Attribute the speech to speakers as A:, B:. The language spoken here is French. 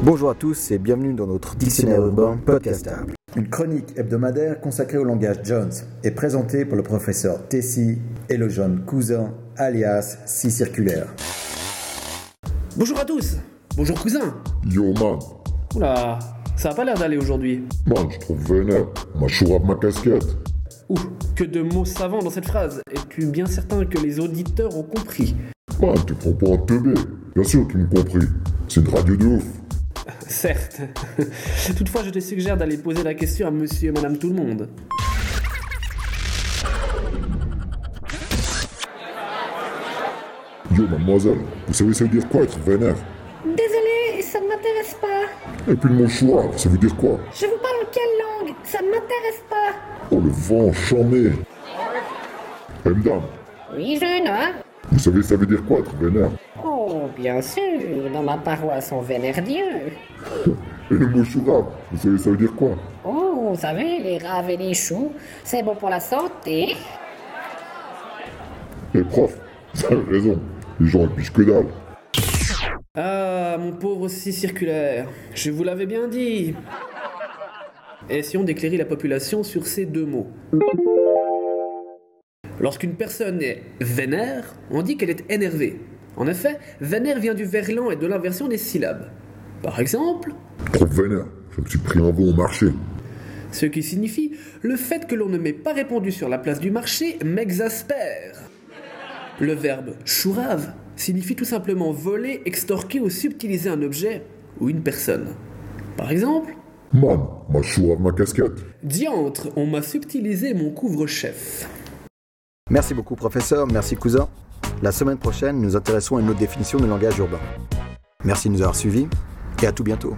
A: Bonjour à tous et bienvenue dans notre dictionnaire urbain podcastable. Une chronique hebdomadaire consacrée au langage Jones est présentée par le professeur Tessie et le jeune cousin alias Si Circulaire.
B: Bonjour à tous Bonjour cousin
C: Yo man,
B: Oula, ça a pas l'air d'aller aujourd'hui.
C: man, je trouve vénère. Ma chourave, ma casquette.
B: Ouh, que de mots savants dans cette phrase. Es-tu bien certain que les auditeurs ont compris
C: Man, tu prends pas un teubé. Bien sûr, tu me compris. C'est une radio de ouf.
B: Certes. Toutefois, je te suggère d'aller poser la question à monsieur et madame tout le monde.
C: Yo mademoiselle, vous savez ça veut dire quoi être vénère
D: Désolé, ça ne m'intéresse pas.
C: Et puis mon chourave, ça veut dire quoi
D: Je vous parle quelle langue Ça ne m'intéresse pas.
C: Oh le vent, chamé. Eh madame,
D: Oui, jeune, hein
C: vous savez ça veut dire quoi être vénère
D: Oh, bien sûr, dans ma paroisse, on vénère Dieu.
C: Et le mot chourave, vous savez ça veut dire quoi
D: Oh, vous savez, les raves et les choux, c'est bon pour la santé.
C: Les profs, Eh, vous avez raison. Les gens épicent que dalle.
B: Ah, mon pauvre si circulaire, je vous l'avais bien dit. Essayons d'éclairer la population sur ces deux mots. Lorsqu'une personne est vénère, on dit qu'elle est énervée. En effet, vénère vient du verlan et de l'inversion des syllabes. Par exemple,
C: Trop vénère, je me suis pris un veau au marché.
B: ce qui signifie le fait que l'on ne m'ait pas répondu sur la place du marché m'exaspère. Le verbe chourave signifie tout simplement voler, extorquer ou subtiliser un objet ou une personne. Par exemple,
C: Man, ma chourave, ma casquette.
B: Diantre, on m'a subtilisé mon couvre-chef.
A: Merci beaucoup professeur, merci cousin. La semaine prochaine, nous intéresserons à une autre définition du langage urbain. Merci de nous avoir suivis et à tout bientôt.